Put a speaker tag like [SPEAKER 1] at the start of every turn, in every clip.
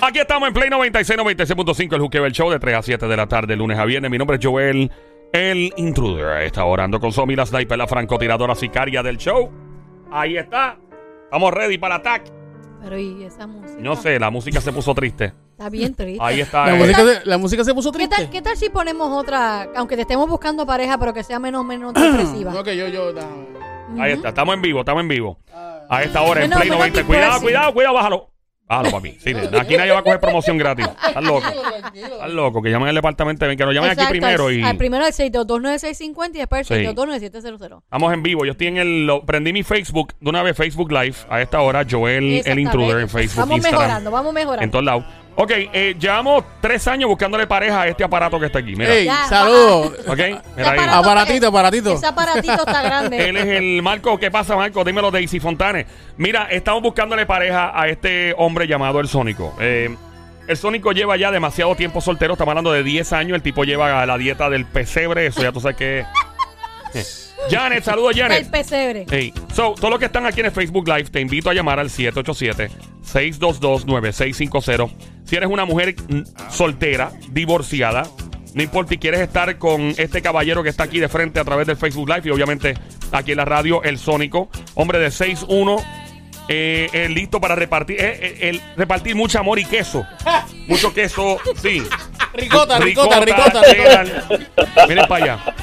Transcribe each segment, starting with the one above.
[SPEAKER 1] Aquí estamos en Play 96, 96.5, el Juqueo, el show de 3 a 7 de la tarde, lunes a viernes. Mi nombre es Joel, el intruder. A esta hora ando con Somi, la sniper, la francotiradora sicaria del show. Ahí está. Estamos ready para el ataque.
[SPEAKER 2] Pero y esa música.
[SPEAKER 1] No sé, la música se puso triste.
[SPEAKER 2] Está bien triste.
[SPEAKER 1] Ahí está.
[SPEAKER 3] La
[SPEAKER 1] eh.
[SPEAKER 3] música, se, la música se puso
[SPEAKER 2] ¿Qué
[SPEAKER 3] triste.
[SPEAKER 2] tal, ¿Qué tal si ponemos otra, aunque te estemos buscando pareja, pero que sea menos menos depresiva?
[SPEAKER 3] Ok, yo, yo, déjame.
[SPEAKER 1] Ahí está, estamos en vivo, estamos en vivo. A esta hora en
[SPEAKER 2] Menos-
[SPEAKER 1] Play
[SPEAKER 2] menos
[SPEAKER 1] 90.
[SPEAKER 2] depresivo.
[SPEAKER 1] Cuidado, cuidado, cuidado, bájalo. Bájalo, papi. Sí, aquí nadie va a coger promoción gratis. Estás loco.
[SPEAKER 3] Tranquilo.
[SPEAKER 1] Estás loco. Que llamen al departamento. Ven, que nos llamen aquí
[SPEAKER 2] Exacto,
[SPEAKER 1] primero.
[SPEAKER 2] al-
[SPEAKER 1] y
[SPEAKER 2] Al primero al 6229650 y después
[SPEAKER 1] Sí.
[SPEAKER 2] al 6229700.
[SPEAKER 1] Estamos en vivo. Yo estoy en el. lo- prendí mi Facebook de una vez, Facebook Live. A esta hora, Joel, el
[SPEAKER 2] Exactamente.
[SPEAKER 1] intruder en Facebook,
[SPEAKER 2] Vamos
[SPEAKER 1] Instagram.
[SPEAKER 2] mejorando, vamos mejorando.
[SPEAKER 1] En todos lados. Ok, eh, llevamos tres años buscándole pareja a este aparato que está aquí. Mira.
[SPEAKER 3] Ey,
[SPEAKER 2] Ya,
[SPEAKER 3] saludos.
[SPEAKER 1] Ok,
[SPEAKER 2] Ese
[SPEAKER 1] mira ahí.
[SPEAKER 2] aparato-
[SPEAKER 3] Aparatito, aparatito.
[SPEAKER 2] Ese aparatito está grande.
[SPEAKER 1] Él es el Marco. ¿Qué pasa, Marco? Dímelo, Daisy Fontanes. Mira, estamos buscándole pareja a este hombre llamado El Sónico. Eh, el Sónico lleva ya demasiado tiempo soltero. Estamos hablando de 10 años. El tipo lleva la dieta del pesebre. Eso ya tú sabes que es. Janet, saludos,
[SPEAKER 2] el
[SPEAKER 1] Janet.
[SPEAKER 2] pesebre.
[SPEAKER 1] Hey. So, todos los que están aquí en el Facebook Live, te invito a llamar al 787-622-9650. Si eres una mujer mm, soltera, divorciada, no importa si quieres estar con este caballero que está aquí de frente a través del Facebook Live y obviamente aquí en la radio, el Sónico, hombre de 6'1". eh, eh, listo para repartir eh, eh, el- repartir mucho amor y queso mucho queso sí
[SPEAKER 3] Ricota, ricota, ricota,
[SPEAKER 1] cheddar.
[SPEAKER 3] ricota.
[SPEAKER 1] Miren para allá.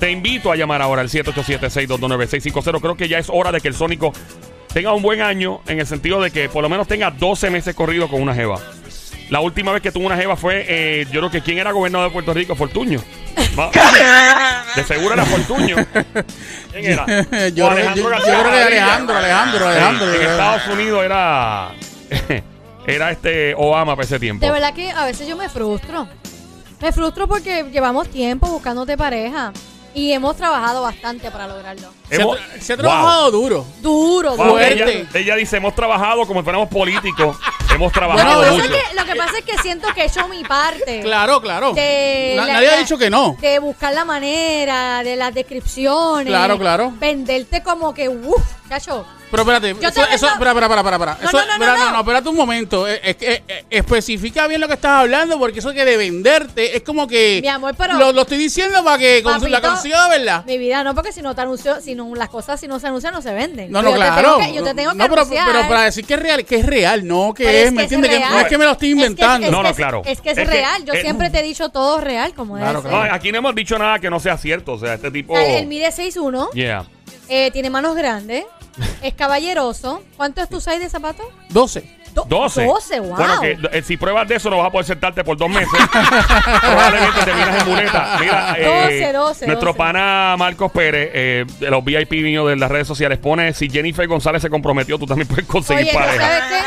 [SPEAKER 1] Te invito a llamar ahora al 787-629-650. Creo que ya es hora de que el Sónico tenga un buen año en el sentido de que por lo menos tenga 12 meses corridos con una jeva. La última vez que tuvo una jeva fue, eh, yo creo que quién era gobernador de Puerto Rico, Fortuño. Va- De seguro era Fortuño. ¿Quién era?
[SPEAKER 3] Yo,
[SPEAKER 1] O
[SPEAKER 3] creo- yo- yo
[SPEAKER 1] García
[SPEAKER 3] creo que
[SPEAKER 1] Padilla.
[SPEAKER 3] Alejandro, Alejandro,
[SPEAKER 1] Sí,
[SPEAKER 3] Alejandro.
[SPEAKER 1] en Estados Unidos era era este Obama para ese tiempo.
[SPEAKER 2] De verdad que a veces yo me frustro. Me frustro porque llevamos tiempo buscándote pareja y hemos trabajado bastante para lograrlo.
[SPEAKER 3] Se, ha
[SPEAKER 1] Hemos-
[SPEAKER 3] tra- se ha
[SPEAKER 1] Wow.
[SPEAKER 3] trabajado duro.
[SPEAKER 2] Duro,
[SPEAKER 1] Wow,
[SPEAKER 2] duro.
[SPEAKER 3] Fuerte.
[SPEAKER 1] ella, ella dice, hemos trabajado como si fuéramos políticos. hemos trabajado
[SPEAKER 2] lo, que
[SPEAKER 3] Bueno,
[SPEAKER 2] pasa
[SPEAKER 1] mucho.
[SPEAKER 2] es que, lo que pasa es que siento que he hecho mi parte.
[SPEAKER 3] Claro, claro.
[SPEAKER 2] De
[SPEAKER 3] Na-
[SPEAKER 2] la-
[SPEAKER 3] nadie ha
[SPEAKER 2] la-
[SPEAKER 3] dicho que no.
[SPEAKER 2] De buscar la manera, de las descripciones.
[SPEAKER 3] Claro, claro.
[SPEAKER 2] Venderte como que, uff, cacho.
[SPEAKER 3] Pero espérate,
[SPEAKER 2] te
[SPEAKER 3] eso, eso,
[SPEAKER 2] vendo-
[SPEAKER 3] espera, espera, espera, espera.
[SPEAKER 2] No,
[SPEAKER 3] Eso-
[SPEAKER 2] no, no,
[SPEAKER 3] espera,
[SPEAKER 2] no, no.
[SPEAKER 3] espérate un momento. Eh, eh, eh, eh, especifica bien lo que estás hablando, porque eso que de venderte es como que.
[SPEAKER 2] Mi amor, pero-
[SPEAKER 3] Lo, lo estoy diciendo para que cons- la
[SPEAKER 2] Papito,
[SPEAKER 3] consiga, ¿verdad?
[SPEAKER 2] Mi vida, no, porque si no te anuncio, si no, las cosas si no se anuncian, no se venden.
[SPEAKER 3] No, no,
[SPEAKER 2] Yo te
[SPEAKER 3] claro.
[SPEAKER 2] tengo que- yo te tengo que
[SPEAKER 3] no, pero,
[SPEAKER 2] anunciar.
[SPEAKER 3] pero para decir que es real, que es real, no que
[SPEAKER 2] Pero
[SPEAKER 3] es,
[SPEAKER 2] que
[SPEAKER 3] ¿me
[SPEAKER 2] es
[SPEAKER 3] entiendes? Que no
[SPEAKER 2] real.
[SPEAKER 3] es que me lo estoy
[SPEAKER 2] que-
[SPEAKER 3] inventando.
[SPEAKER 2] es
[SPEAKER 1] No, no,
[SPEAKER 2] es-
[SPEAKER 1] claro.
[SPEAKER 2] Es que es,
[SPEAKER 1] Es que-
[SPEAKER 2] real. Yo
[SPEAKER 1] eh,
[SPEAKER 2] siempre te he dicho todo real, como
[SPEAKER 3] Claro, Oh.
[SPEAKER 2] es.
[SPEAKER 1] No, aquí no hemos dicho nada que no sea cierto. O sea, este tipo.
[SPEAKER 2] Él mide 6'1,
[SPEAKER 1] Yeah.
[SPEAKER 2] eh, tiene manos grandes, es caballeroso. ¿Cuánto es tu size de zapato?
[SPEAKER 3] 12.
[SPEAKER 2] Do-
[SPEAKER 1] 12.
[SPEAKER 2] 12, wow.
[SPEAKER 1] Bueno, que eh, si pruebas de eso no vas a poder sentarte por dos meses. Probablemente terminas en muleta. Mira, eh,
[SPEAKER 2] 12, 12,
[SPEAKER 1] nuestro
[SPEAKER 2] 12.
[SPEAKER 1] pana Marcos Pérez, eh, de los VIP niños de las redes sociales, pone: si Jennifer González se comprometió, tú también puedes conseguir
[SPEAKER 2] Oye, ¿tú
[SPEAKER 1] pareja.
[SPEAKER 2] ¿sabes qué?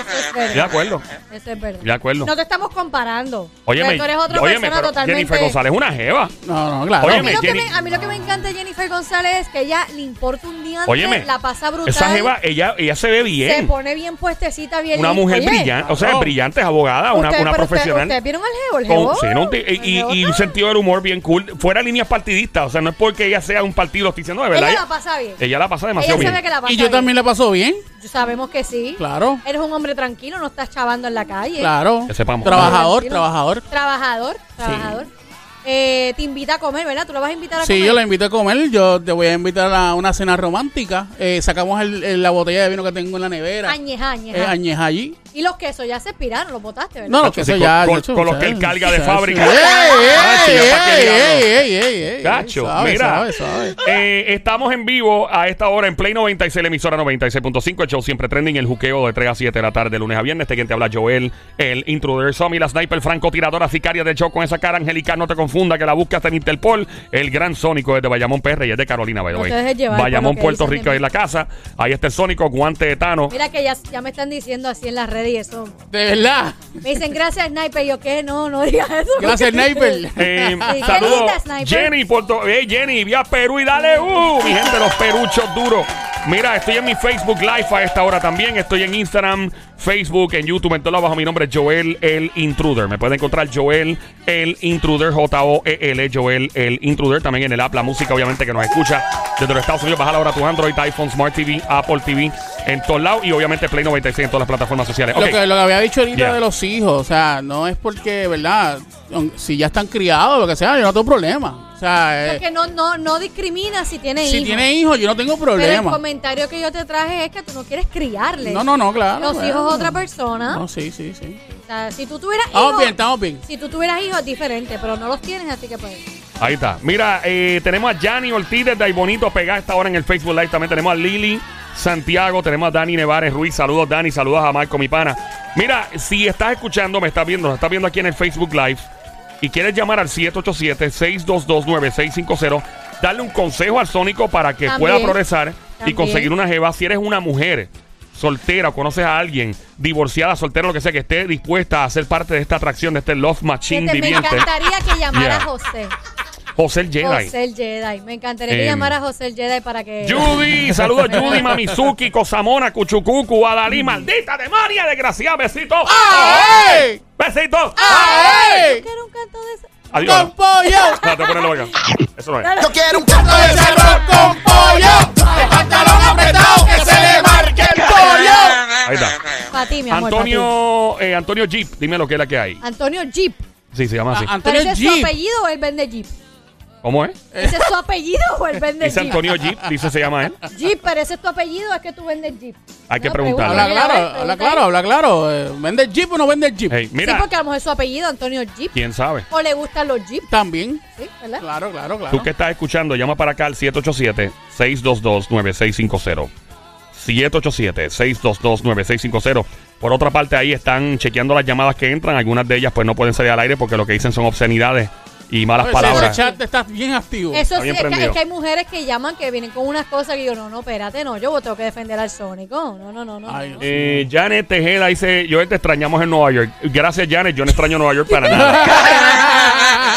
[SPEAKER 2] Eso es verdad.
[SPEAKER 1] De acuerdo,
[SPEAKER 2] Eso es verdad.
[SPEAKER 1] de acuerdo.
[SPEAKER 2] No te estamos comparando.
[SPEAKER 1] Óyeme,
[SPEAKER 2] O sea, tú eres otra
[SPEAKER 1] óyeme,
[SPEAKER 2] persona
[SPEAKER 1] pero
[SPEAKER 2] totalmente.
[SPEAKER 1] Jennifer González es una jeva.
[SPEAKER 3] No, no, claro.
[SPEAKER 2] A mí,
[SPEAKER 1] Óyeme.
[SPEAKER 2] lo que
[SPEAKER 1] Jenny-
[SPEAKER 2] me, a mí lo que me encanta de Jennifer González es que ella le importa un diante,
[SPEAKER 1] Óyeme,
[SPEAKER 2] la pasa brutal.
[SPEAKER 1] esa jeva, ella, ella se ve bien.
[SPEAKER 2] Se pone bien puestecita, bien
[SPEAKER 1] una
[SPEAKER 2] linda.
[SPEAKER 1] mujer
[SPEAKER 2] Oye, oh,
[SPEAKER 1] brillante, o sea,
[SPEAKER 3] claro.
[SPEAKER 1] brillante, es abogada, una,
[SPEAKER 2] usted-
[SPEAKER 1] una
[SPEAKER 2] pero usted-
[SPEAKER 1] profesional.
[SPEAKER 2] ¿Ustedes vieron al jevo? El
[SPEAKER 1] con-
[SPEAKER 2] jevo.
[SPEAKER 1] sí, no, un ti-
[SPEAKER 2] el
[SPEAKER 1] y,
[SPEAKER 2] jevo
[SPEAKER 1] y- y un
[SPEAKER 2] está-
[SPEAKER 1] sentido del humor bien cool. Fuera líneas partidistas, o sea, no es porque ella sea un partido, estoy diciendo de verdad.
[SPEAKER 2] Ella la pasa bien.
[SPEAKER 1] ella la pasa
[SPEAKER 2] Ella
[SPEAKER 1] demasiado
[SPEAKER 2] sabe
[SPEAKER 1] bien.
[SPEAKER 2] que la pasa
[SPEAKER 3] Y yo
[SPEAKER 2] bien.
[SPEAKER 3] también la paso bien.
[SPEAKER 2] Sabemos que sí.
[SPEAKER 3] Claro,
[SPEAKER 2] Eres un hombre tranquilo, no estás chavando en la calle.
[SPEAKER 3] claro.
[SPEAKER 1] Que sepamos.
[SPEAKER 3] Trabajador,
[SPEAKER 2] Tranquilo.
[SPEAKER 3] trabajador.
[SPEAKER 2] Trabajador, trabajador. Eh, te invita a comer, ¿verdad? Tú la vas a invitar a
[SPEAKER 3] Sí,
[SPEAKER 2] comer.
[SPEAKER 3] yo la invito a comer. Yo te voy a invitar a una cena romántica. Eh, sacamos el- el- la botella de vino que tengo en la nevera.
[SPEAKER 2] Añeja, añeja.
[SPEAKER 3] Eh, añeja allí.
[SPEAKER 2] Y los quesos ya se expiraron, los botaste, ¿verdad?
[SPEAKER 3] No, no,
[SPEAKER 1] Chacho,
[SPEAKER 3] que
[SPEAKER 1] sí, con-
[SPEAKER 3] eso ya.
[SPEAKER 1] con-
[SPEAKER 3] chacho,
[SPEAKER 1] con lo
[SPEAKER 3] ya,
[SPEAKER 1] que él carga
[SPEAKER 3] ya,
[SPEAKER 1] de
[SPEAKER 3] ya,
[SPEAKER 1] fábrica.
[SPEAKER 3] sí.
[SPEAKER 1] Ay,
[SPEAKER 3] ¡Ey,
[SPEAKER 1] ya, ¿pa' qué
[SPEAKER 3] ey,
[SPEAKER 1] diablo?
[SPEAKER 3] ey, ey, ey, ey!
[SPEAKER 1] Cacho,
[SPEAKER 3] Suave,
[SPEAKER 1] mira.
[SPEAKER 3] suave, suave.
[SPEAKER 1] Eh, estamos en vivo a esta hora en Play 96, la emisora 96.5, el show siempre trending, el juqueo de 3 a 7 de la tarde, lunes a viernes. Este quien te habla Joel, el intruder Somi, la sniper francotiradora sicaria del show con esa cara angelical, no te confunda que la buscas en Interpol. El gran Sónico es de Bayamón PR y es de Carolina, by the
[SPEAKER 2] No
[SPEAKER 1] way.
[SPEAKER 2] te dejes llevar por
[SPEAKER 1] Bayamón,
[SPEAKER 2] lo que
[SPEAKER 1] Puerto
[SPEAKER 2] dicen de
[SPEAKER 1] Rico,
[SPEAKER 2] mí.
[SPEAKER 1] ahí en la casa. Ahí está el Sónico, guante de Tano.
[SPEAKER 2] Mira que ya, ya me están diciendo así en las redes y eso.
[SPEAKER 3] De verdad.
[SPEAKER 2] Me dicen, gracias, Sniper. Y yo, ¿qué? No, no digas eso.
[SPEAKER 3] Gracias, Sniper.
[SPEAKER 1] Eh,
[SPEAKER 2] Sí,
[SPEAKER 1] saludos,
[SPEAKER 2] qué linda, Sniper.
[SPEAKER 1] Jenny, Puerto, eh, Jenny, vía Perú y dale, uh, mi gente, los peruchos duros. Mira, estoy en mi Facebook Live a esta hora también. Estoy en Instagram, Facebook, en YouTube, en todo lado. Bajo mi nombre es Joel el Intruder. Me pueden encontrar Joel el Intruder, J-O-E-L, Joel el Intruder. También en el app, la música, obviamente, que nos escucha desde los Estados Unidos. Baja ahora tu Android, iPhone, Smart TV, Apple TV. en todos lados y obviamente Play 96 en todas las plataformas sociales.
[SPEAKER 3] Lo,
[SPEAKER 1] Ok.
[SPEAKER 3] que, lo que había dicho ahorita
[SPEAKER 1] Yeah.
[SPEAKER 3] de los hijos, o sea, no es porque, ¿verdad? Aun- Si ya están criados, lo que sea, yo no tengo problema. O sea, eh,
[SPEAKER 2] Porque no, no, no discrimina si tiene
[SPEAKER 3] si
[SPEAKER 2] hijos.
[SPEAKER 3] tiene hijos, yo no tengo
[SPEAKER 2] Pero el
[SPEAKER 3] problema.
[SPEAKER 2] comentario que yo te traje es que tú no quieres criarle.
[SPEAKER 3] No, no, no, claro.
[SPEAKER 2] Los
[SPEAKER 3] claro.
[SPEAKER 2] hijos de otra persona.
[SPEAKER 3] No, sí, sí, sí.
[SPEAKER 2] O sea, si tú tuvieras
[SPEAKER 3] Estamos bien,
[SPEAKER 2] hijos.
[SPEAKER 3] estamos bien.
[SPEAKER 2] Si tú tuvieras hijos es diferente, pero no los tienes, así que pues.
[SPEAKER 1] Ahí está. Mira, eh, tenemos a Yanni Ortiz desde Ay Bonito pegada esta hora en el Facebook Live. También tenemos a Lili Santiago, tenemos a Dani Nevares Ruiz. Saludos, Dani. Saludos a Marco, mi pana. Mira, si estás escuchando, me estás viendo, nos estás viendo aquí en el Facebook Live y quieres llamar al 787-622-9650, darle un consejo al Sónico para que
[SPEAKER 2] También.
[SPEAKER 1] pueda progresar y
[SPEAKER 2] También.
[SPEAKER 1] conseguir una jeva. Si eres una mujer soltera o conoces a alguien divorciada, soltera, lo que sea, que esté dispuesta a ser parte de esta atracción, de este Love Machine
[SPEAKER 2] Fíjate, me
[SPEAKER 1] viviente.
[SPEAKER 2] encantaría que llamara
[SPEAKER 1] Yeah.
[SPEAKER 2] a José.
[SPEAKER 1] José el Jedi.
[SPEAKER 2] José el Jedi. Me encantaría que
[SPEAKER 1] Em.
[SPEAKER 2] llamara a José el Jedi para que.
[SPEAKER 1] Judy, saludos Judy, Mamizuki, Cosamona, Cuchucucu,
[SPEAKER 2] Mm.
[SPEAKER 1] Adalí, maldita demonia, desgraciada, besito.
[SPEAKER 2] Ah, eh.
[SPEAKER 3] ¡Ay!
[SPEAKER 1] Besito. Ah,
[SPEAKER 2] Yo
[SPEAKER 3] ¡Ay!
[SPEAKER 2] quiero un canto de. esa-
[SPEAKER 1] Adiós.
[SPEAKER 3] ¡Con pollo!
[SPEAKER 1] Espérate, ponelo acá. Eso no es.
[SPEAKER 4] Yo quiero un plato
[SPEAKER 3] de cerdo con pollo, el pantalón apretado, que se le marque el pollo.
[SPEAKER 1] Ahí está.
[SPEAKER 2] Para ti, mi amor. pa'
[SPEAKER 1] Antonio, eh, Antonio Jeep, dime lo que es la que hay.
[SPEAKER 2] ti. Antonio Jeep.
[SPEAKER 1] Sí, se llama así.
[SPEAKER 3] Ah,
[SPEAKER 2] ¿Pero
[SPEAKER 3] Antonio
[SPEAKER 2] ese es su
[SPEAKER 3] G.
[SPEAKER 2] apellido o él vende Jeep? ah.
[SPEAKER 1] ¿Cómo es?
[SPEAKER 2] ¿Ese es su apellido o él vende
[SPEAKER 1] Dice
[SPEAKER 2] Jeep?
[SPEAKER 1] Antonio Jeep, dice se llama él.
[SPEAKER 2] Jeep, pero ese es tu apellido, es que tú vendes Jeep.
[SPEAKER 1] Hay que
[SPEAKER 2] No,
[SPEAKER 1] preguntarle.
[SPEAKER 2] pregúntale,
[SPEAKER 3] Habla claro,
[SPEAKER 2] a ver,
[SPEAKER 3] habla
[SPEAKER 2] pregúntale.
[SPEAKER 3] claro, habla claro. Eh, ¿Vende el Jeep o no vende el Jeep?
[SPEAKER 1] Hey,
[SPEAKER 2] Sí,
[SPEAKER 1] mira,
[SPEAKER 2] porque a lo mejor es su apellido, Antonio Jeep.
[SPEAKER 1] quién sabe.
[SPEAKER 2] O le gustan los Jeep,
[SPEAKER 3] También.
[SPEAKER 2] ¿sí? ¿Verdad?
[SPEAKER 3] Claro, claro, claro.
[SPEAKER 1] Tú que estás escuchando, llama para acá al 787-622-9650. 787-622-9650. Por otra parte, ahí están chequeando las llamadas que entran. Algunas de ellas, pues no pueden salir al aire porque lo que dicen son obscenidades y malas
[SPEAKER 3] Ese- Ese
[SPEAKER 1] palabras.
[SPEAKER 3] chat está bien activo.
[SPEAKER 2] Eso
[SPEAKER 1] Está
[SPEAKER 2] sí,
[SPEAKER 1] bien
[SPEAKER 2] es que,
[SPEAKER 1] prendido.
[SPEAKER 2] es que hay mujeres que llaman que vienen con unas cosas que yo, no, no, espérate, no, yo tengo que defender al Sónico. No, no, no, no.
[SPEAKER 3] Ay,
[SPEAKER 2] no.
[SPEAKER 1] Eh, Janet Tejeda dice: Yo te extrañamos en Nueva York. Gracias, Janet. Yo no extraño Nueva York para nada.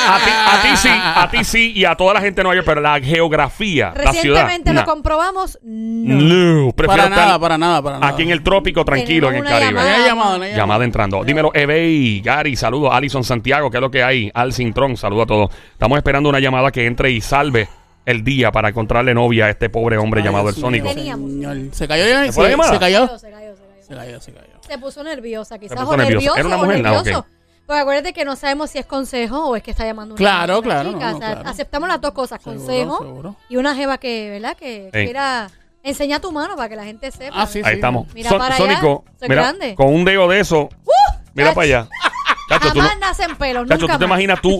[SPEAKER 1] A ti, a ti sí, a ti sí y a toda la gente de Nueva York, pero la geografía, la ciudad.
[SPEAKER 2] Recientemente lo
[SPEAKER 1] nah.
[SPEAKER 2] comprobamos, no.
[SPEAKER 1] No, prefiero
[SPEAKER 3] Para
[SPEAKER 1] estar
[SPEAKER 3] nada, para nada, para nada.
[SPEAKER 1] aquí en el trópico, tranquilo,
[SPEAKER 2] Tenemos
[SPEAKER 1] en el
[SPEAKER 2] una
[SPEAKER 1] Caribe.
[SPEAKER 3] No hay llamado, no hay llamado.
[SPEAKER 1] Llamada entrando. Dímelo, Ebey, Gary, saludos. Alison Santiago, ¿qué es lo que hay? Al Cintrón, saludos a todos. Estamos esperando una llamada que entre y salve el día para encontrarle novia a este pobre hombre
[SPEAKER 3] Ay,
[SPEAKER 1] llamado el
[SPEAKER 3] Dios mío,
[SPEAKER 1] Sónico.
[SPEAKER 2] Teníamos.
[SPEAKER 3] señor. Se cayó, ya, se,
[SPEAKER 1] fue la llamada?
[SPEAKER 3] se cayó.
[SPEAKER 2] Se cayó, se cayó.
[SPEAKER 3] Se cayó, se cayó.
[SPEAKER 2] Se puso nerviosa, quizás,
[SPEAKER 1] puso
[SPEAKER 2] o
[SPEAKER 1] nerviosa.
[SPEAKER 2] nervioso,
[SPEAKER 1] Era una
[SPEAKER 2] o
[SPEAKER 1] mujer, ah,
[SPEAKER 2] nervioso.
[SPEAKER 1] ok.
[SPEAKER 2] Pues acuérdate que no sabemos si es consejo o es que está llamando una
[SPEAKER 3] Claro,
[SPEAKER 2] una
[SPEAKER 3] claro,
[SPEAKER 2] chica.
[SPEAKER 3] no, no,
[SPEAKER 2] O sea,
[SPEAKER 3] claro.
[SPEAKER 2] Aceptamos las dos cosas,
[SPEAKER 3] Seguro,
[SPEAKER 2] consejo
[SPEAKER 3] seguro.
[SPEAKER 2] y una jeva que, ¿verdad? Que
[SPEAKER 1] Sí.
[SPEAKER 2] quiera enseñar tu mano para que la gente sepa.
[SPEAKER 3] Ah, sí,
[SPEAKER 1] Ahí
[SPEAKER 3] sí.
[SPEAKER 1] estamos.
[SPEAKER 2] Mira
[SPEAKER 1] Son-
[SPEAKER 2] para allá,
[SPEAKER 1] Sónico,
[SPEAKER 2] soy
[SPEAKER 1] mira,
[SPEAKER 2] grande.
[SPEAKER 1] con un dedo de eso, mira
[SPEAKER 2] Chacho.
[SPEAKER 1] para allá. Chacho, tú, no-
[SPEAKER 2] Jamás nacen pelos,
[SPEAKER 1] chacho,
[SPEAKER 2] nunca
[SPEAKER 1] tú te
[SPEAKER 2] más.
[SPEAKER 1] imaginas tú.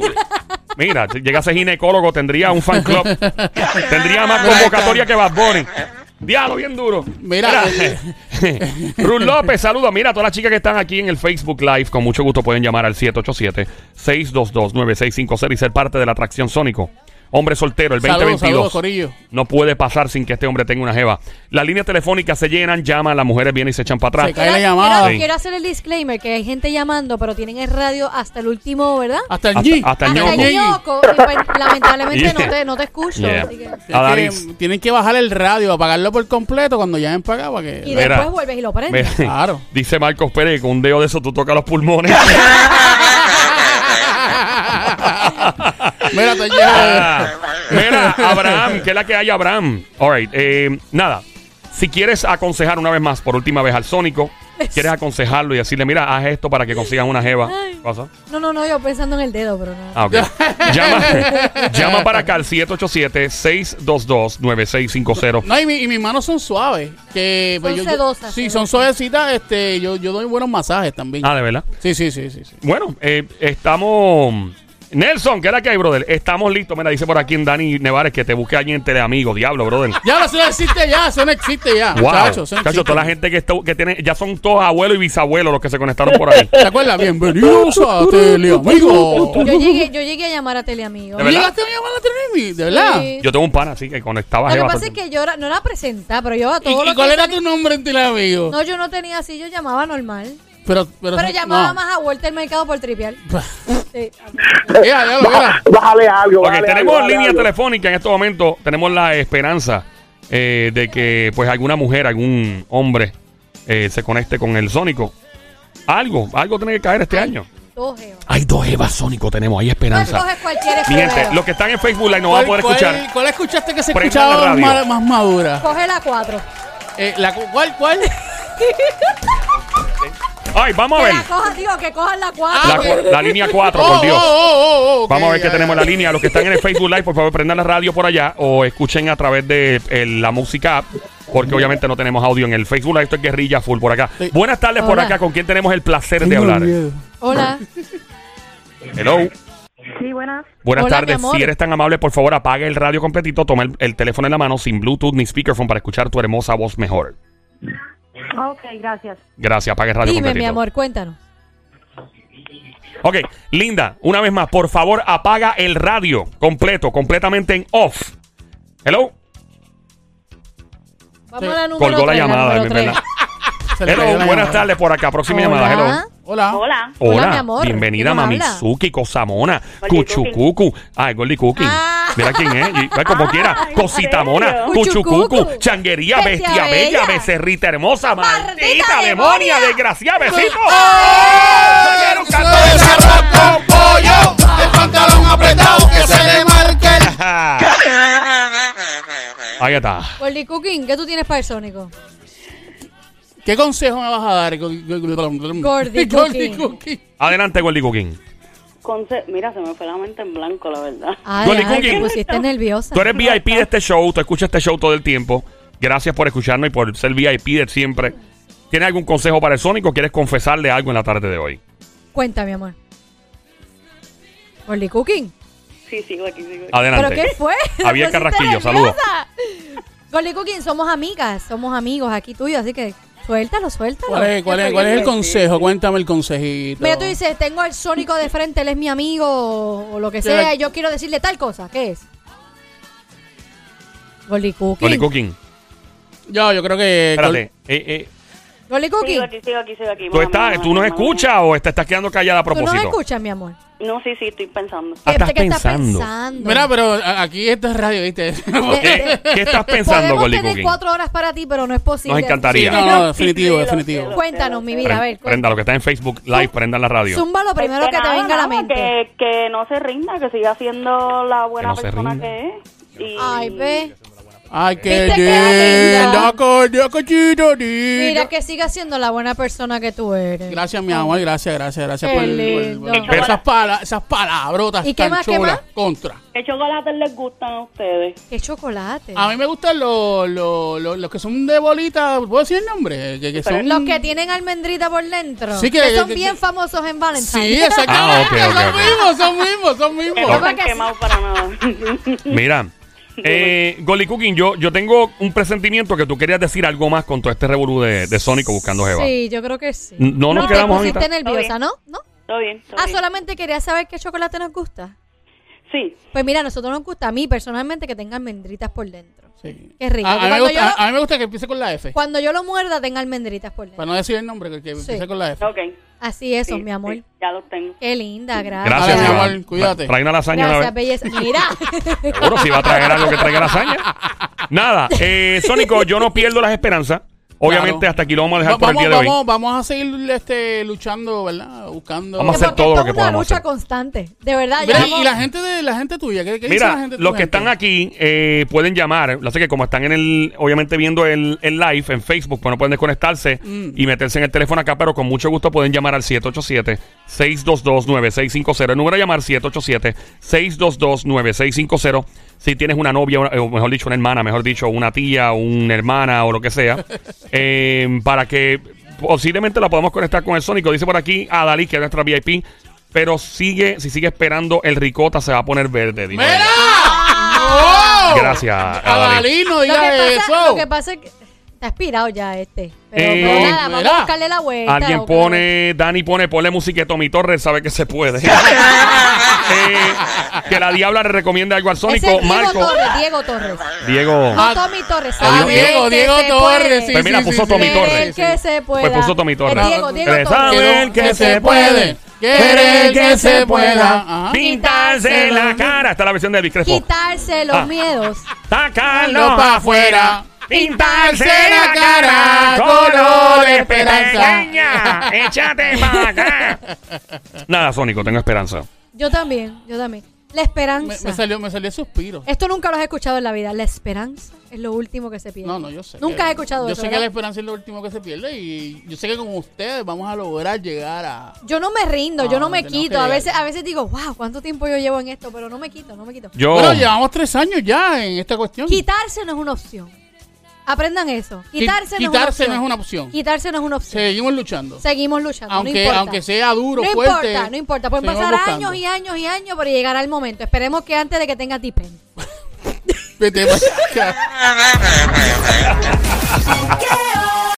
[SPEAKER 1] Mira, si llegase ginecólogo, tendría un fan club. tendría más convocatoria que Bad Bunny. Diablo, bien duro.
[SPEAKER 3] Mira, eh,
[SPEAKER 1] Ruth López, saludos. Mira, a todas las chicas que están aquí en el Facebook Live, con mucho gusto pueden llamar al 787-622-9650 y ser parte de la atracción Sónico. Hombre soltero, el
[SPEAKER 3] saludos,
[SPEAKER 1] 2022.
[SPEAKER 3] saludos, Corillo.
[SPEAKER 1] no puede pasar sin que este hombre tenga una jeva. Las líneas telefónicas se llenan, llaman, las mujeres vienen y se echan para
[SPEAKER 3] Se
[SPEAKER 1] atrás.
[SPEAKER 3] cae la
[SPEAKER 2] Quiero-
[SPEAKER 3] llamada.
[SPEAKER 2] Quiero, quiero hacer el disclaimer que hay gente llamando, pero tienen el radio hasta el último, ¿verdad?
[SPEAKER 3] Hasta el
[SPEAKER 1] Hasta-
[SPEAKER 3] G.
[SPEAKER 1] hasta el
[SPEAKER 2] Hasta
[SPEAKER 1] ñoco.
[SPEAKER 2] el ñoco, y pues, lamentablemente
[SPEAKER 1] Yeah.
[SPEAKER 2] no, te, no te escucho.
[SPEAKER 1] Yeah.
[SPEAKER 2] así que-
[SPEAKER 3] Es que
[SPEAKER 1] Adalys.
[SPEAKER 3] tienen que bajar el radio, apagarlo por completo cuando ya han pagado. para
[SPEAKER 2] Y
[SPEAKER 3] que-
[SPEAKER 1] Mira.
[SPEAKER 2] después vuelves y lo prendes.
[SPEAKER 1] Me-
[SPEAKER 3] Claro.
[SPEAKER 1] Dice Marcos Pérez que con un dedo de eso tú tocas los pulmones.
[SPEAKER 3] Mira, estoy lleno de-
[SPEAKER 1] Ah, Mira, Abraham, que es la que hay, Abraham. All right, eh, nada. Si quieres aconsejar una vez más, por última vez al Sónico, quieres aconsejarlo y decirle, mira, haz esto para que consigas una jeva.
[SPEAKER 2] Ay.
[SPEAKER 1] ¿Pasa?
[SPEAKER 2] No, no, no, yo pensando en el dedo, pero no.
[SPEAKER 1] Ah, ok. llama, llama para acá al 787-622-9650.
[SPEAKER 3] No, y, mi- y mis manos son suaves. Que, pues,
[SPEAKER 2] Son
[SPEAKER 3] yo- yo-
[SPEAKER 2] sedosas,
[SPEAKER 3] Sí,
[SPEAKER 2] sedosas.
[SPEAKER 3] son suavecitas. Este, yo, yo doy buenos masajes también.
[SPEAKER 1] Ah, de verdad.
[SPEAKER 3] Sí, sí, sí, sí. sí.
[SPEAKER 1] Bueno, eh, estamos. Nelson, ¿qué es la que hay, brother? Estamos listos. Mira, dice por aquí en Dani Nevares que te busque alguien en Teleamigo. Diablo, brother.
[SPEAKER 3] Ya no, eso no existe ya, eso no existe ya.
[SPEAKER 1] Wow.
[SPEAKER 3] Chacho, eso no
[SPEAKER 1] Chacho,
[SPEAKER 3] existe.
[SPEAKER 1] toda la gente que, está- que tiene, ya son todos abuelos y bisabuelos los que se conectaron por ahí.
[SPEAKER 3] ¿Te acuerdas? Bienvenidos a Teleamigo.
[SPEAKER 2] Yo llegué, yo llegué a llamar a Teleamigo.
[SPEAKER 1] ¿De verdad?
[SPEAKER 3] ¿Llegaste a llamar a Teleamigo? ¿De verdad?
[SPEAKER 2] Sí.
[SPEAKER 1] Yo tengo un pana así que conectaba
[SPEAKER 2] Lo que
[SPEAKER 1] jeva
[SPEAKER 2] pasa
[SPEAKER 1] todo
[SPEAKER 2] es
[SPEAKER 1] el tiempo.
[SPEAKER 2] que yo era- no era presentada, pero yo a
[SPEAKER 3] ¿Y,
[SPEAKER 2] todos
[SPEAKER 3] y
[SPEAKER 2] los
[SPEAKER 3] cuál
[SPEAKER 2] que
[SPEAKER 3] era
[SPEAKER 2] tenía-
[SPEAKER 3] tu nombre en Teleamigo?
[SPEAKER 2] No, yo no tenía así, yo llamaba normal.
[SPEAKER 3] Pero, pero,
[SPEAKER 2] Pero llamaba
[SPEAKER 3] no.
[SPEAKER 2] más a vuelta del mercado por tripear. Sí.
[SPEAKER 3] Mira, ya lo mira.
[SPEAKER 4] Bájale algo,
[SPEAKER 1] Ok,
[SPEAKER 4] bájale algo,
[SPEAKER 1] tenemos
[SPEAKER 4] bájale
[SPEAKER 1] línea
[SPEAKER 4] algo.
[SPEAKER 1] telefónica en este momento. Tenemos la esperanza eh, de que pues alguna mujer, algún hombre eh, se conecte con el Sónico. Algo, algo tiene que caer este año.
[SPEAKER 2] Dos jevas.
[SPEAKER 1] Hay dos Evas Sónico, tenemos, hay
[SPEAKER 2] Pues
[SPEAKER 1] esperanza.
[SPEAKER 2] coges cualquier
[SPEAKER 1] Mi gente,
[SPEAKER 2] escudero.
[SPEAKER 1] los que están en Facebook Live no van a poder
[SPEAKER 3] ¿Cuál-
[SPEAKER 1] escuchar.
[SPEAKER 3] ¿Cuál, cuál escuchaste que se
[SPEAKER 1] Prenda la
[SPEAKER 3] escuchaba
[SPEAKER 1] radio.
[SPEAKER 3] más, más madura?
[SPEAKER 2] Coge la cuatro.
[SPEAKER 3] Eh, la, cu- ¿Cuál, cuál?
[SPEAKER 1] Ay, vamos a
[SPEAKER 2] Que
[SPEAKER 1] ver.
[SPEAKER 2] la cojan, digo, que cojan la
[SPEAKER 1] La,
[SPEAKER 2] cuatro.
[SPEAKER 3] Ah,
[SPEAKER 1] cu- la línea 4,
[SPEAKER 3] Oh,
[SPEAKER 1] por Dios.
[SPEAKER 3] oh, oh, oh, ok,
[SPEAKER 1] Vamos a ver qué
[SPEAKER 3] ya,
[SPEAKER 1] tenemos en
[SPEAKER 3] ya.
[SPEAKER 1] la línea. Los que están en el Facebook Live, por favor, prendan la radio por allá o escuchen a través de eh, la música app, porque obviamente no tenemos audio en el Facebook Live. Esto es guerrilla full por acá.
[SPEAKER 3] Sí.
[SPEAKER 1] Buenas tardes por
[SPEAKER 2] Hola.
[SPEAKER 1] acá. ¿Con quién tenemos el placer de hablar?
[SPEAKER 2] Hola.
[SPEAKER 1] Hello.
[SPEAKER 4] Sí, buenas.
[SPEAKER 1] Buenas
[SPEAKER 2] Hola, mi
[SPEAKER 1] tardes.
[SPEAKER 2] amor.
[SPEAKER 1] Si eres tan amable, por favor, apaga el radio completito, toma el, el teléfono en la mano sin Bluetooth ni speakerphone para escuchar tu hermosa voz mejor.
[SPEAKER 4] Ok, gracias.
[SPEAKER 1] Gracias, apaga el radio
[SPEAKER 2] Dime,
[SPEAKER 1] completito.
[SPEAKER 2] mi amor, cuéntanos.
[SPEAKER 1] Ok, Linda, una vez más, por favor, apaga el radio completo, completamente en off. Hello.
[SPEAKER 2] Vamos a la número
[SPEAKER 1] Colgó la
[SPEAKER 2] tres,
[SPEAKER 1] llamada,
[SPEAKER 2] número
[SPEAKER 1] es
[SPEAKER 2] tres.
[SPEAKER 1] verdad.
[SPEAKER 3] Se le
[SPEAKER 1] Hello,
[SPEAKER 3] cayó la
[SPEAKER 1] buenas
[SPEAKER 3] llamada.
[SPEAKER 1] tardes por acá. Próxima llamada, hello.
[SPEAKER 2] Hola.
[SPEAKER 4] Hola.
[SPEAKER 3] Hola.
[SPEAKER 1] Hola,
[SPEAKER 2] Hola, mi amor.
[SPEAKER 1] bienvenida
[SPEAKER 2] ¿Quién nos habla?
[SPEAKER 1] Mamizuki, Cosamona,
[SPEAKER 4] Goldi
[SPEAKER 1] Cuchucucu. Ay, Goldie Cooking.
[SPEAKER 2] Ah.
[SPEAKER 1] Mira quién es. y- ay, como
[SPEAKER 4] Ah,
[SPEAKER 1] quiera.
[SPEAKER 4] ¿en
[SPEAKER 1] Cositamona,
[SPEAKER 4] serio?
[SPEAKER 1] Cuchucucu,
[SPEAKER 2] Cuchucucu,
[SPEAKER 1] Changuería,
[SPEAKER 2] Bestia
[SPEAKER 1] Bestia Bella,
[SPEAKER 2] Bella,
[SPEAKER 1] Becerrita Hermosa, Maldita
[SPEAKER 2] Maldita
[SPEAKER 1] Demonia,
[SPEAKER 2] demonia.
[SPEAKER 1] Desgraciada, Besito.
[SPEAKER 3] ¡Ah!
[SPEAKER 1] Se quiere un
[SPEAKER 3] Que
[SPEAKER 1] canto
[SPEAKER 3] se
[SPEAKER 1] de
[SPEAKER 3] le
[SPEAKER 1] sarro-
[SPEAKER 3] salga con pollo, el pantalón apretado, que se le marque el-
[SPEAKER 2] Ah.
[SPEAKER 1] Ahí está.
[SPEAKER 2] Goldie Cooking, ¿qué tú tienes para el Sónico?
[SPEAKER 3] ¿Qué consejo me vas a dar? Gordy
[SPEAKER 2] Gordy Cooking.
[SPEAKER 3] Cooking.
[SPEAKER 1] Adelante, Goldie Cooking.
[SPEAKER 5] Conce- Mira, se me fue la mente en blanco, la verdad.
[SPEAKER 2] Ay,
[SPEAKER 1] Goldie
[SPEAKER 2] ay, te
[SPEAKER 1] Cooking.
[SPEAKER 2] pusiste nerviosa.
[SPEAKER 1] Tú eres VIP de este show, tú escuchas este show todo el tiempo. Gracias por escucharnos y por ser VIP de siempre. ¿Tienes algún consejo para el Sónico? ¿Quieres confesarle algo en la tarde de hoy?
[SPEAKER 2] Cuenta, mi amor. Goldie Cooking.
[SPEAKER 5] Sí, sigo aquí, sigo aquí.
[SPEAKER 1] Adelante.
[SPEAKER 2] ¿Pero qué fue? Te
[SPEAKER 1] Javier
[SPEAKER 2] pusiste
[SPEAKER 1] Carrasquillo,
[SPEAKER 2] nerviosa.
[SPEAKER 1] saludos.
[SPEAKER 2] Goldie Cooking, somos amigas, somos amigos aquí tuyos, así que suéltalo, suéltalo.
[SPEAKER 3] ¿Cuál es, cuál es- cuál es el consejo? Cuéntame el consejito.
[SPEAKER 2] Mira, tú dices, tengo al Sónico de frente, él es mi amigo o, o lo que
[SPEAKER 3] Sí,
[SPEAKER 2] sea,
[SPEAKER 3] la-
[SPEAKER 2] y yo quiero decirle tal cosa. ¿Qué es? Goldie Cooking.
[SPEAKER 1] Goldie Cooking.
[SPEAKER 3] Yo, yo creo que.
[SPEAKER 1] Espérate. Eh, eh,
[SPEAKER 2] Goldie Cooking.
[SPEAKER 5] Sigo aquí, sigo aquí, sigo aquí.
[SPEAKER 1] ¿Tú,
[SPEAKER 5] Mala
[SPEAKER 1] estás,
[SPEAKER 5] mía,
[SPEAKER 1] Pues ¿Tú nos
[SPEAKER 5] mala mía, mala
[SPEAKER 1] escuchas o te estás quedando callada a
[SPEAKER 2] Tú no
[SPEAKER 1] propósito?
[SPEAKER 2] me escuchas, mi amor.
[SPEAKER 5] mía. No, sí, sí, estoy pensando.
[SPEAKER 1] Ah, estás
[SPEAKER 2] ¿Qué- qué
[SPEAKER 1] pensando.
[SPEAKER 3] Mira, pero a- aquí esto es radio, ¿viste?
[SPEAKER 2] Eh,
[SPEAKER 1] ¿Qué,
[SPEAKER 2] eh,
[SPEAKER 1] qué estás pensando,
[SPEAKER 2] Podemos
[SPEAKER 1] Goldie
[SPEAKER 2] tener
[SPEAKER 1] Cooking?
[SPEAKER 2] cuatro horas para ti, pero no es posible.
[SPEAKER 1] Nos
[SPEAKER 3] Sí,
[SPEAKER 1] encantaría.
[SPEAKER 3] no, no, definitivo,
[SPEAKER 5] Sí, sí, lo
[SPEAKER 3] definitivo.
[SPEAKER 5] sé, lo sé,
[SPEAKER 2] Cuéntanos,
[SPEAKER 5] lo sé.
[SPEAKER 2] mi vida, a ver. cuéntanos.
[SPEAKER 1] Prenda lo que está en Facebook Live, prendan la radio.
[SPEAKER 2] Zumba lo primero
[SPEAKER 5] Este,
[SPEAKER 2] que te
[SPEAKER 5] nada,
[SPEAKER 2] venga a la
[SPEAKER 5] nada,
[SPEAKER 2] mente.
[SPEAKER 5] Que, que no se rinda, que siga siendo la buena
[SPEAKER 1] no se
[SPEAKER 5] persona
[SPEAKER 1] rinda.
[SPEAKER 5] que es. Y
[SPEAKER 2] Ay, ve.
[SPEAKER 3] Ay, qué
[SPEAKER 2] ¿Viste qué
[SPEAKER 3] linda,
[SPEAKER 2] linda?
[SPEAKER 3] coño,
[SPEAKER 2] Mira,
[SPEAKER 3] cochino, lindo.
[SPEAKER 2] que sigas siendo la buena persona que tú eres.
[SPEAKER 3] Gracias, mi amor, gracias, gracias, gracias
[SPEAKER 2] Qué
[SPEAKER 3] por,
[SPEAKER 2] lindo.
[SPEAKER 3] por- por-
[SPEAKER 1] Pero-
[SPEAKER 3] esas, pala- esas palabrotas
[SPEAKER 2] ¿Y qué
[SPEAKER 3] tan
[SPEAKER 2] más, qué
[SPEAKER 3] chulas.
[SPEAKER 2] más?
[SPEAKER 3] Contra.
[SPEAKER 5] ¿Qué chocolates les gustan a ustedes?
[SPEAKER 2] Qué chocolate.
[SPEAKER 3] A mí me gustan los, los, los, los que son de bolita, ¿puedo decir el nombre? Que, que son...
[SPEAKER 2] Los que tienen almendrita por dentro.
[SPEAKER 3] Sí, que-
[SPEAKER 2] que, son
[SPEAKER 3] que-
[SPEAKER 2] bien
[SPEAKER 3] que-
[SPEAKER 2] famosos en Valentine.
[SPEAKER 3] Sí, exactamente,
[SPEAKER 1] Ah, ok, ok, ok.
[SPEAKER 3] son mismos, son mismos,
[SPEAKER 5] Que
[SPEAKER 3] son
[SPEAKER 5] no
[SPEAKER 3] mismos.
[SPEAKER 5] están quemados para nada.
[SPEAKER 1] Mira, eh, Goldie Cooking, yo, yo tengo un presentimiento que tú querías decir algo más con todo este revolú de, de Sónico buscando Jeva.
[SPEAKER 2] Sí, yo creo que sí.
[SPEAKER 1] No nos
[SPEAKER 2] Y
[SPEAKER 1] quedamos
[SPEAKER 2] te pusiste
[SPEAKER 1] ahorita.
[SPEAKER 2] nerviosa,
[SPEAKER 5] Ok.
[SPEAKER 2] ¿no? ¿No?
[SPEAKER 5] Todo bien, todo
[SPEAKER 2] Ah,
[SPEAKER 5] bien.
[SPEAKER 2] solamente quería saber qué chocolate nos gusta.
[SPEAKER 5] Sí.
[SPEAKER 2] Pues mira, a nosotros nos gusta, a mí personalmente, que tenga almendritas por dentro.
[SPEAKER 3] Sí.
[SPEAKER 2] Qué rico.
[SPEAKER 3] A, a mí me
[SPEAKER 2] Cuando
[SPEAKER 3] gusta,
[SPEAKER 2] yo-
[SPEAKER 3] a- a mí me gusta que empiece con la F.
[SPEAKER 2] Cuando yo lo muerda, tenga almendritas por dentro.
[SPEAKER 3] Para no decir el nombre, que, que empiece con la F.
[SPEAKER 5] Ok.
[SPEAKER 2] Así eso,
[SPEAKER 5] sí,
[SPEAKER 2] mi amor.
[SPEAKER 5] sí, ya los tengo.
[SPEAKER 2] Qué linda, gracias.
[SPEAKER 1] Gracias,
[SPEAKER 3] Dale, mi
[SPEAKER 1] Iván.
[SPEAKER 3] amor, cuídate.
[SPEAKER 1] Trae una lasaña una
[SPEAKER 2] Gracias,
[SPEAKER 1] vez.
[SPEAKER 2] belleza. Mira.
[SPEAKER 1] Seguro si va a traer algo que traiga lasaña. Nada, eh, Sónico, yo no pierdo las esperanzas. Obviamente,
[SPEAKER 3] Claro.
[SPEAKER 1] hasta aquí lo vamos a
[SPEAKER 3] Va-
[SPEAKER 1] dejar por el
[SPEAKER 3] vamos,
[SPEAKER 1] día de hoy.
[SPEAKER 3] vamos, vamos a seguir este, luchando, ¿verdad? Buscando.
[SPEAKER 1] Vamos a hacer
[SPEAKER 2] Porque
[SPEAKER 1] todo
[SPEAKER 2] esto
[SPEAKER 1] lo que
[SPEAKER 2] es una
[SPEAKER 1] podamos
[SPEAKER 2] lucha
[SPEAKER 1] hacer.
[SPEAKER 2] constante. De verdad.
[SPEAKER 3] Mira,
[SPEAKER 2] ya
[SPEAKER 3] y-
[SPEAKER 2] vamos-
[SPEAKER 3] y la gente de la gente tuya, ¿qué, qué dice la
[SPEAKER 1] Mira,
[SPEAKER 3] gente
[SPEAKER 1] los
[SPEAKER 3] tuya,
[SPEAKER 1] que
[SPEAKER 3] gente?
[SPEAKER 1] están aquí eh, pueden llamar. Lo sé que como están en el, obviamente viendo el, el live en Facebook, pues no pueden desconectarse y meterse en el teléfono acá, pero con mucho gusto pueden llamar al 787-622-9650. El número a llamar 787-622-9650. Si tienes una novia, una- o mejor dicho, una hermana, mejor dicho, una tía, una hermana o lo que sea, eh, para que posiblemente la podamos conectar con el Sónico. Dice por aquí a Dalí, que es nuestra VIP. Pero sigue, si sigue esperando, el ricota se va a poner verde. dice.
[SPEAKER 3] ¡Mira! ¡Oh!
[SPEAKER 1] Gracias, Adalí.
[SPEAKER 3] Adalí, no
[SPEAKER 2] Lo
[SPEAKER 3] digas
[SPEAKER 2] que, pasa,
[SPEAKER 3] eso.
[SPEAKER 2] lo que pasa es que está aspirado ya este. Pero,
[SPEAKER 1] Eh,
[SPEAKER 2] pero nada, vamos
[SPEAKER 3] mira.
[SPEAKER 2] a buscarle la vuelta.
[SPEAKER 1] Alguien
[SPEAKER 2] ok.
[SPEAKER 1] pone, Dani pone, ponle música que Tommy Torres sabe que se puede. Eh, que la diabla le recomienda algo al
[SPEAKER 2] Ese
[SPEAKER 1] Sónico.
[SPEAKER 2] es Diego
[SPEAKER 1] Marco.
[SPEAKER 2] Torres, Diego Torres.
[SPEAKER 1] Diego.
[SPEAKER 2] No, Tommy Torres.
[SPEAKER 1] Ah,
[SPEAKER 2] sabe
[SPEAKER 3] Diego,
[SPEAKER 2] que
[SPEAKER 3] Diego
[SPEAKER 2] se
[SPEAKER 3] Torres,
[SPEAKER 2] puede.
[SPEAKER 3] sí,
[SPEAKER 1] Pues mira,
[SPEAKER 3] sí,
[SPEAKER 1] puso
[SPEAKER 3] sí,
[SPEAKER 1] Tommy
[SPEAKER 3] sí.
[SPEAKER 1] Torres.
[SPEAKER 2] El que se pueda.
[SPEAKER 1] Pues puso Tommy Torres.
[SPEAKER 2] El Diego, Diego
[SPEAKER 1] Eh,
[SPEAKER 2] Torres.
[SPEAKER 1] saben que se puede.
[SPEAKER 3] Querer que se pueda. Ajá.
[SPEAKER 1] Pintarse la cara. Está la versión de Elvis Crespo.
[SPEAKER 2] Quitarse los
[SPEAKER 1] Ah.
[SPEAKER 2] miedos.
[SPEAKER 1] Sacarlo
[SPEAKER 3] Lo pa' afuera.
[SPEAKER 1] Pintarse la cara color de pequeña. Échate para acá. Nada, Sónico, tengo esperanza.
[SPEAKER 2] Yo también, yo también. La
[SPEAKER 3] Me,
[SPEAKER 2] esperanza.
[SPEAKER 3] me salió, me salió suspiro.
[SPEAKER 2] Esto nunca lo has escuchado en la vida. La esperanza es lo último que se pierde.
[SPEAKER 3] No, no, yo sé.
[SPEAKER 2] Nunca
[SPEAKER 3] que-
[SPEAKER 2] has escuchado
[SPEAKER 3] Yo
[SPEAKER 2] eso.
[SPEAKER 3] sé que
[SPEAKER 2] ¿verdad?
[SPEAKER 3] la esperanza es lo último que se pierde y yo sé que con ustedes vamos a lograr llegar a...
[SPEAKER 2] Yo no me rindo, yo
[SPEAKER 3] No,
[SPEAKER 2] no me
[SPEAKER 3] Ah, tenemos que
[SPEAKER 2] quito. A
[SPEAKER 3] llegar.
[SPEAKER 2] veces, a veces digo, wow, ¿cuánto tiempo yo llevo en esto? Pero no me quito, no me quito.
[SPEAKER 1] Yo,
[SPEAKER 3] Bueno, llevamos tres años ya en esta cuestión.
[SPEAKER 2] Quitarse no es una opción. Aprendan eso.
[SPEAKER 3] Qui-
[SPEAKER 2] Quitarse, no, es
[SPEAKER 3] quitarse
[SPEAKER 2] una opción.
[SPEAKER 3] no es una opción.
[SPEAKER 2] Quitarse no es una opción.
[SPEAKER 3] Seguimos luchando.
[SPEAKER 2] Seguimos luchando. no
[SPEAKER 3] aunque,
[SPEAKER 2] importa.
[SPEAKER 3] aunque sea duro,
[SPEAKER 2] no
[SPEAKER 3] fuerte.
[SPEAKER 2] importa, no importa. Pueden
[SPEAKER 3] seguimos
[SPEAKER 2] pasar
[SPEAKER 3] buscando.
[SPEAKER 2] años y años y años, pero llegará el momento. Esperemos que antes de que tenga tipen.
[SPEAKER 3] Vete para acá.
[SPEAKER 6] Creo